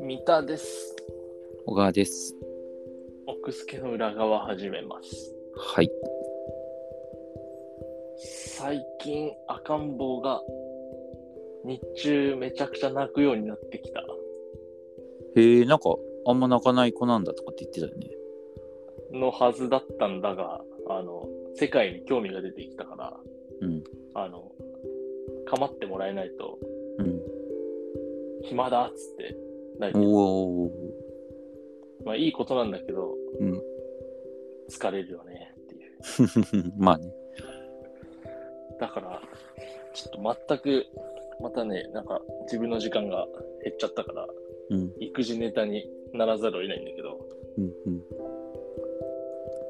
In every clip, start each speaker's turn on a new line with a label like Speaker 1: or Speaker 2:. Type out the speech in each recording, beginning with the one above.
Speaker 1: 三田です。
Speaker 2: 小川です。
Speaker 1: 奥助の裏側始めます。
Speaker 2: はい。
Speaker 1: 最近赤ん坊が日中めちゃくちゃ泣くようになってきた。
Speaker 2: へえ、なんか、あんま泣かない子なんだとかって言ってたよね。
Speaker 1: のはずだったんだが、あの、世界に興味が出てきたから、
Speaker 2: うん
Speaker 1: あの、構ってもらえないと
Speaker 2: うん。
Speaker 1: 暇だっつって泣いてる
Speaker 2: おお。
Speaker 1: まあいいことなんだけど、
Speaker 2: うん
Speaker 1: 疲れるよねっていう。
Speaker 2: まあね。
Speaker 1: だから、ちょっと全く、またね、なんか自分の時間が減っちゃったから、
Speaker 2: うん。
Speaker 1: 育児ネタにならざるを得ないんだけど、
Speaker 2: うん。うん。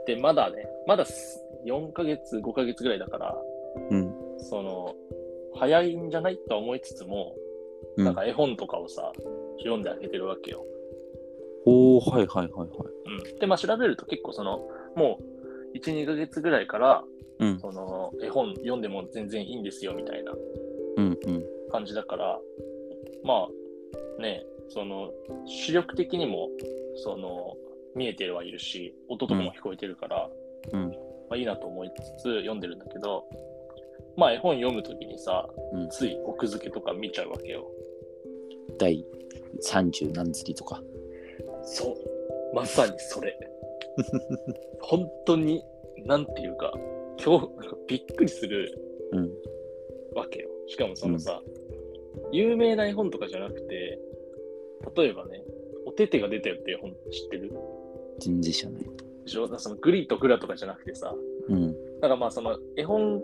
Speaker 1: で、まだね、まだす4ヶ月、5ヶ月ぐらいだから、
Speaker 2: うん。
Speaker 1: その、早いんじゃないとは思いつつも、
Speaker 2: うん
Speaker 1: なんか絵本とかをさ、読んであげてるわけよ。
Speaker 2: おお、はいはいはいはい。
Speaker 1: うん。で、まあ調べると結構その、もう、1、2ヶ月ぐらいから、
Speaker 2: うん。
Speaker 1: その、絵本読んでも全然いいんですよ、みたいな
Speaker 2: うん。うん。
Speaker 1: 感じだから、まあ、ね、その、視力的にも、その、見えてはいるし、音とかも聞こえてるから、
Speaker 2: うん
Speaker 1: まあ、いいなと思いつつ読んでるんだけど、まあ、絵本読むときにさ、
Speaker 2: うん
Speaker 1: つい奥付けとか見ちゃうわけよ。
Speaker 2: 第30何釣りとか。
Speaker 1: そう。まさにそ れ。本当に、なんていうか、今日、なんかびっくりする
Speaker 2: うん。
Speaker 1: わけよ。しかもそのさ、有名な絵本とかじゃなくて、例えばね、おててが出たよって絵本知ってる
Speaker 2: 全然知らない。
Speaker 1: でしょだからそのグリとグラとかじゃなくてさ、
Speaker 2: うん。
Speaker 1: だからまあその絵本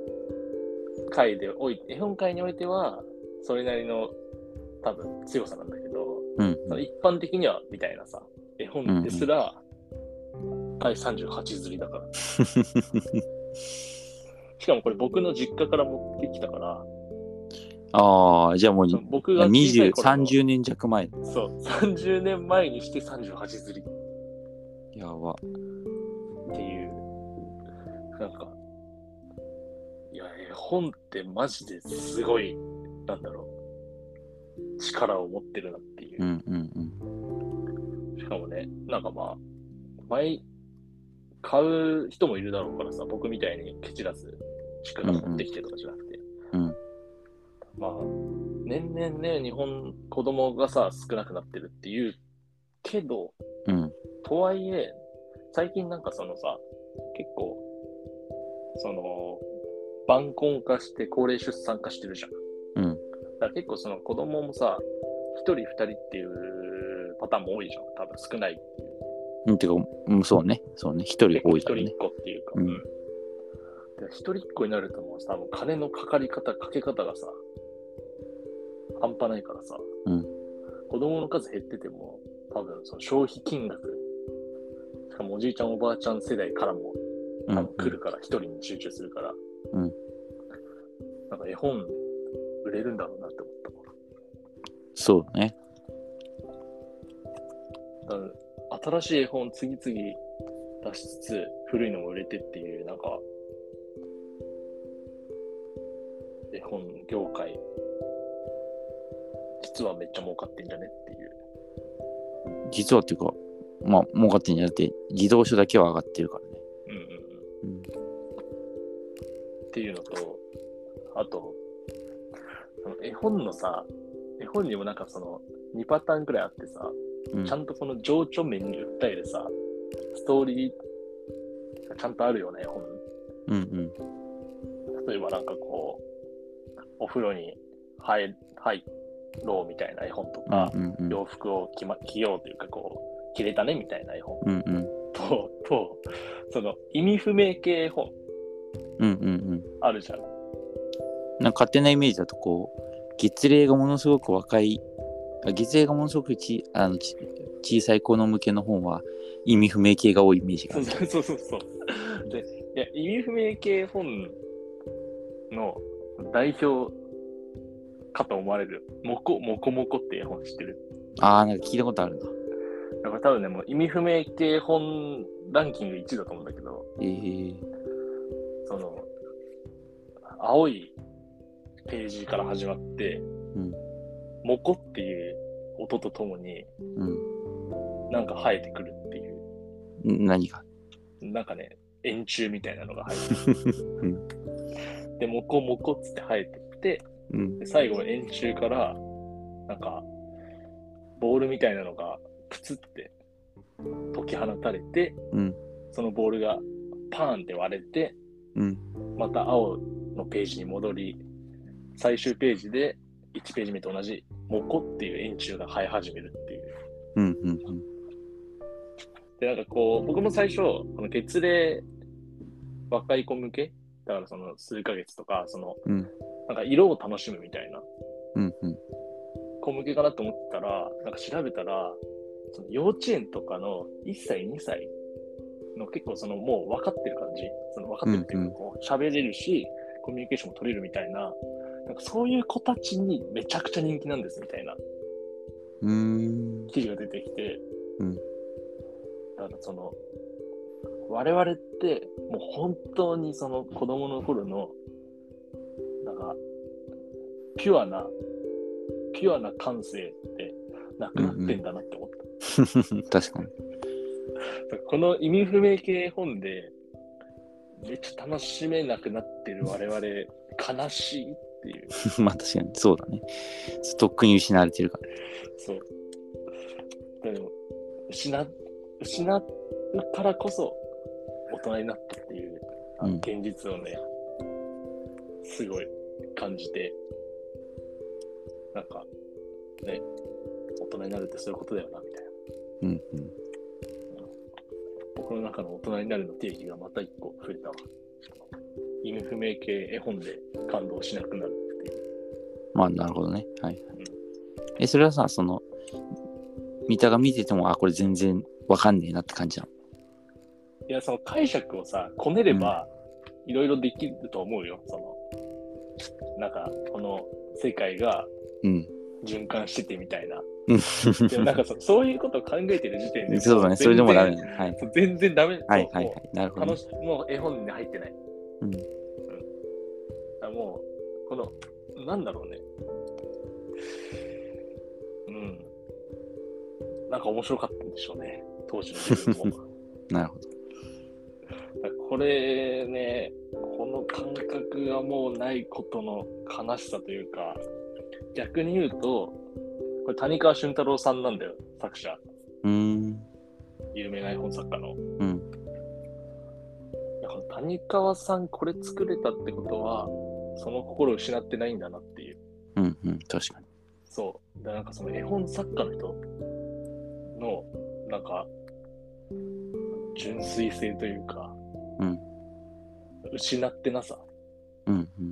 Speaker 1: 界でおい絵本界においては、それなりの多分強さなんだけど、
Speaker 2: うん。
Speaker 1: その一般的にはみたいなさ、絵本ですら、第38釣りだ から。しかもこれ僕の実家から持ってきたから、
Speaker 2: ああ、じゃあもう
Speaker 1: その僕が小さい
Speaker 2: 20、
Speaker 1: 頃の
Speaker 2: 30年弱前。
Speaker 1: そう、30年前にして38釣り
Speaker 2: やば。
Speaker 1: っていう、なんか、いや、絵本ってマジですごい、なんだろう、力を持ってるなっていう
Speaker 2: う。んうんうん。
Speaker 1: しかもね、なんかまあ、毎、買う人もいるだろうからさ、僕みたいにケチらず、実家から持ってきてとかじゃなくて。
Speaker 2: うん
Speaker 1: まあ、年々ね、日本、子供がさ、少なくなってるっていうけど、
Speaker 2: うん。
Speaker 1: とはいえ、最近なんかそのさ、結構、その、晩婚化して高齢出産化してるじゃん。
Speaker 2: うん。
Speaker 1: だから結構その子供もさ、一人二人っていうパターンも多いじゃん。多分少ない。
Speaker 2: うん。てか、うん、そうね。そうね。一人多い
Speaker 1: 一
Speaker 2: から
Speaker 1: 人
Speaker 2: ね
Speaker 1: 一。個っていうか。
Speaker 2: うん
Speaker 1: で一人一個になるともうさ、もう金のかかり方、かけ方がさ、半端ないからさ、
Speaker 2: うん
Speaker 1: 子供の数減ってても、多分その消費金額、しかもおじいちゃんおばあちゃん世代からも
Speaker 2: うん
Speaker 1: 多分来るから、一人に集中するから。
Speaker 2: うん
Speaker 1: なんか絵本売れるんだろうなって思っ
Speaker 2: そうだね。
Speaker 1: た。だから新しい絵本次々出しつつ、古いのも売れてっていう、なんか、絵本業界、実はめっちゃ儲かってんじゃねっていう。
Speaker 2: 実はっていうか、まあ、儲かってんじゃなくて、自動車だけは上がってるからね。
Speaker 1: うんうんうん。
Speaker 2: うん
Speaker 1: っていうのと、あと、その絵本のさ、絵本にもなんかその2パターンくらいあってさ、
Speaker 2: うん
Speaker 1: ちゃんとこの情緒面に訴えるさ、ストーリーがちゃんとあるよね、絵本。
Speaker 2: うんうん
Speaker 1: 例えばなんかこう、お風呂に入入ろうみたいな絵本とか、
Speaker 2: うんうん
Speaker 1: 洋服を着,、ま、着ようというかこう、着れたねみたいな絵本
Speaker 2: うんうん
Speaker 1: と、 と、その意味不明系絵本
Speaker 2: うんうんうん
Speaker 1: あるじゃん。
Speaker 2: なんか勝手なイメージだとこう月齢がものすごく若いあ月齢がものすごくちあのち小さい子の向けの本は意味不明系が多いイメージが
Speaker 1: そ
Speaker 2: あ
Speaker 1: う
Speaker 2: る
Speaker 1: そうそうそうそう。で、いや、意味不明系本の代表かと思われる、もこ、もこもこっていう本知ってる。
Speaker 2: ああなんか聞いたことあるな
Speaker 1: だから多分ね、もう意味不明系本ランキング1だと思うんだけど、
Speaker 2: えー、
Speaker 1: その、青いページから始まって、
Speaker 2: うん
Speaker 1: モコっていう音とともに、なんか生えてくるっていう、
Speaker 2: うん。何が
Speaker 1: なんかね、円柱みたいなのが生えてくる。で、モコモコっつって生えてって、
Speaker 2: うん。
Speaker 1: で最後円柱からなんかボールみたいなのがプツって解き放たれて、
Speaker 2: うん
Speaker 1: そのボールがパーンって割れて
Speaker 2: うん。
Speaker 1: また青のページに戻り最終ページで1ページ目と同じ「モコ」っていう円柱が生え始めるっていう。
Speaker 2: うん。うん。うん
Speaker 1: でなんかこう僕も最初この月齢若い子向けだからその数ヶ月とかその、
Speaker 2: うん
Speaker 1: なんか色を楽しむみたいな
Speaker 2: うん。うん。
Speaker 1: 子向けかなと思ったら、なんか調べたら、その幼稚園とかの1歳、2歳の結構そのもう分かってる感じ、その分かってるっていうか、こう喋れるし、コミュニケーションも取れるみたいな、なんかそういう子たちにめちゃくちゃ人気なんですみたいな
Speaker 2: うーん。
Speaker 1: 記事が出てきて、
Speaker 2: うん
Speaker 1: だからその、我々ってもう本当にその子供の頃の、なんか、ピュアな、ピュアな感性ってなくなってんだなって思った。
Speaker 2: 確かに。
Speaker 1: この意味不明系本で、めっちゃ楽しめなくなってる我々、悲しいっていう。
Speaker 2: まあ確かに、そうだね。とっくに失われてるから。
Speaker 1: そう。でも、失う、失うからこそ、大人になったっていう、あ
Speaker 2: うん
Speaker 1: 現実をね、すごい感じて、なんか、ね、大人になるってそういうことだよな、みたいな。
Speaker 2: うん。うん。
Speaker 1: 僕の中の大人になるの定義がまた一個増えたわ。意味不明系絵本で感動しなくなるっていう。
Speaker 2: まあなるほどね。はい
Speaker 1: うん。
Speaker 2: え、それはさ、その、三田が見てても、あ、これ全然わかんねえなって感じなの。
Speaker 1: いや、その解釈をさ、こねれば、いろいろできると思うよ。その、なんか、この世界が
Speaker 2: うん。
Speaker 1: 循環しててみたいな。
Speaker 2: うん
Speaker 1: でもなん かそ、そういうことを考えてる時点で。
Speaker 2: そうだね。それでもダメ
Speaker 1: 全
Speaker 2: だね。はい。
Speaker 1: 然。全然ダメ。
Speaker 2: はいはいは
Speaker 1: も
Speaker 2: い。なる
Speaker 1: う
Speaker 2: ほど
Speaker 1: 楽
Speaker 2: ね。
Speaker 1: し、もう絵本に入ってない。
Speaker 2: うん。
Speaker 1: あもう、この、なんだろうね。うん。なんか面白かったんでしょうね。当時の自分も。
Speaker 2: なるほど。
Speaker 1: だからこれね、この感覚がもうないことの悲しさというか、逆に言うと、これ谷川俊太郎さんなんだよ、作者。
Speaker 2: うーん。
Speaker 1: 有名な絵本作家の。
Speaker 2: うん。
Speaker 1: いやこの谷川さん、これ作れたってことは、その心を失ってないんだなっていう。
Speaker 2: うん。うん。確かに。
Speaker 1: そう。だからなんかその絵本作家の人の、なんか、純粋性というか、
Speaker 2: うん
Speaker 1: 失ってなさ
Speaker 2: うん。う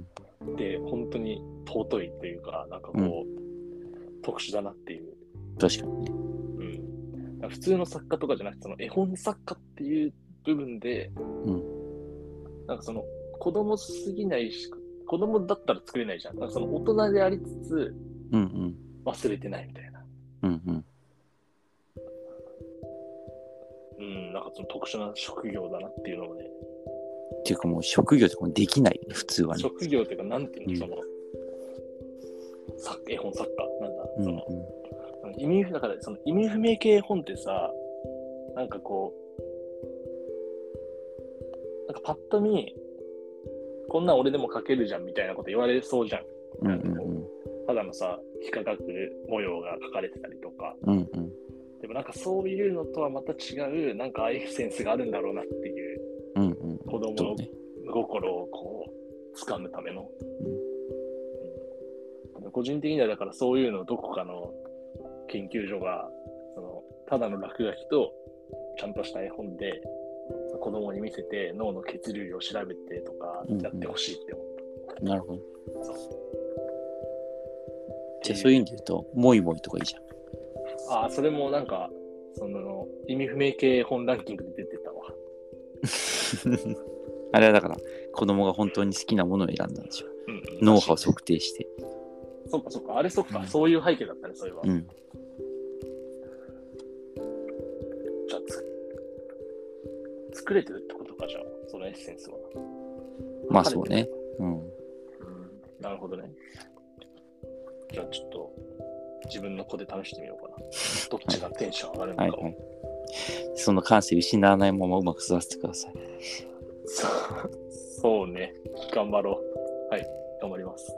Speaker 2: ん。
Speaker 1: って本当に尊いというか、なんかこう、特殊だなっていう。
Speaker 2: 確かにね。
Speaker 1: うん、だから普通の作家とかじゃなくて、その絵本作家っていう部分で、なんかその子供すぎないし、子供だったら作れないじゃん。なんかその大人でありつつ
Speaker 2: うん。うん。
Speaker 1: 忘れてないみたいな。
Speaker 2: うん。うん。
Speaker 1: うん、なんかその特殊な職業だなっていうのをね、
Speaker 2: っていうかもう職業とかもできないよね普通はね。
Speaker 1: 職業というか、なんていううんの、その、作絵本作家、なんだ、
Speaker 2: うん
Speaker 1: そ
Speaker 2: うん
Speaker 1: の、意味不、だから、その意味不明系絵本ってさ、なんかこう、なんかパッと見、こんなん俺でも描けるじゃんみたいなこと言われそうじゃん。
Speaker 2: うんうん
Speaker 1: ただのさ、幾何学模様が描かれてたりとか。
Speaker 2: うんうんうん
Speaker 1: でもなんかそういうのとはまた違う、なんかエッセンスがあるんだろうなっていう、
Speaker 2: うんうん
Speaker 1: 子供
Speaker 2: そ
Speaker 1: の
Speaker 2: うね
Speaker 1: 心をこう掴むための、うん個人的にはだからそういうのをどこかの研究所がそのただの落書きとちゃんとした絵本で子供に見せて脳の血流量を調べてとか
Speaker 2: うんうん
Speaker 1: やってほしいって思っ
Speaker 2: なるほど。
Speaker 1: た、そう
Speaker 2: じゃあそういう意味で言うと、もいもいとかいいじゃん。
Speaker 1: ああそれもなんかその意味不明系絵本ランキングで出てたわ
Speaker 2: あれはだから子供が本当に好きなものを選んだんでしょ。脳波を測定して。
Speaker 1: そっかそっかあれそっか、そういう背景だったねそういえば、
Speaker 2: うん。
Speaker 1: じゃあつ作れてるってことかじゃあそのエッセンスは
Speaker 2: まあそうね。うん。
Speaker 1: うんなるほどね。じゃあちょっと、自分の子で試してみようかな。どっちがテンション上がる
Speaker 2: はい
Speaker 1: のかを。
Speaker 2: はい。その感性失わないままうまく育ててください。
Speaker 1: そうそうね。頑張ろう。はい。頑張ります。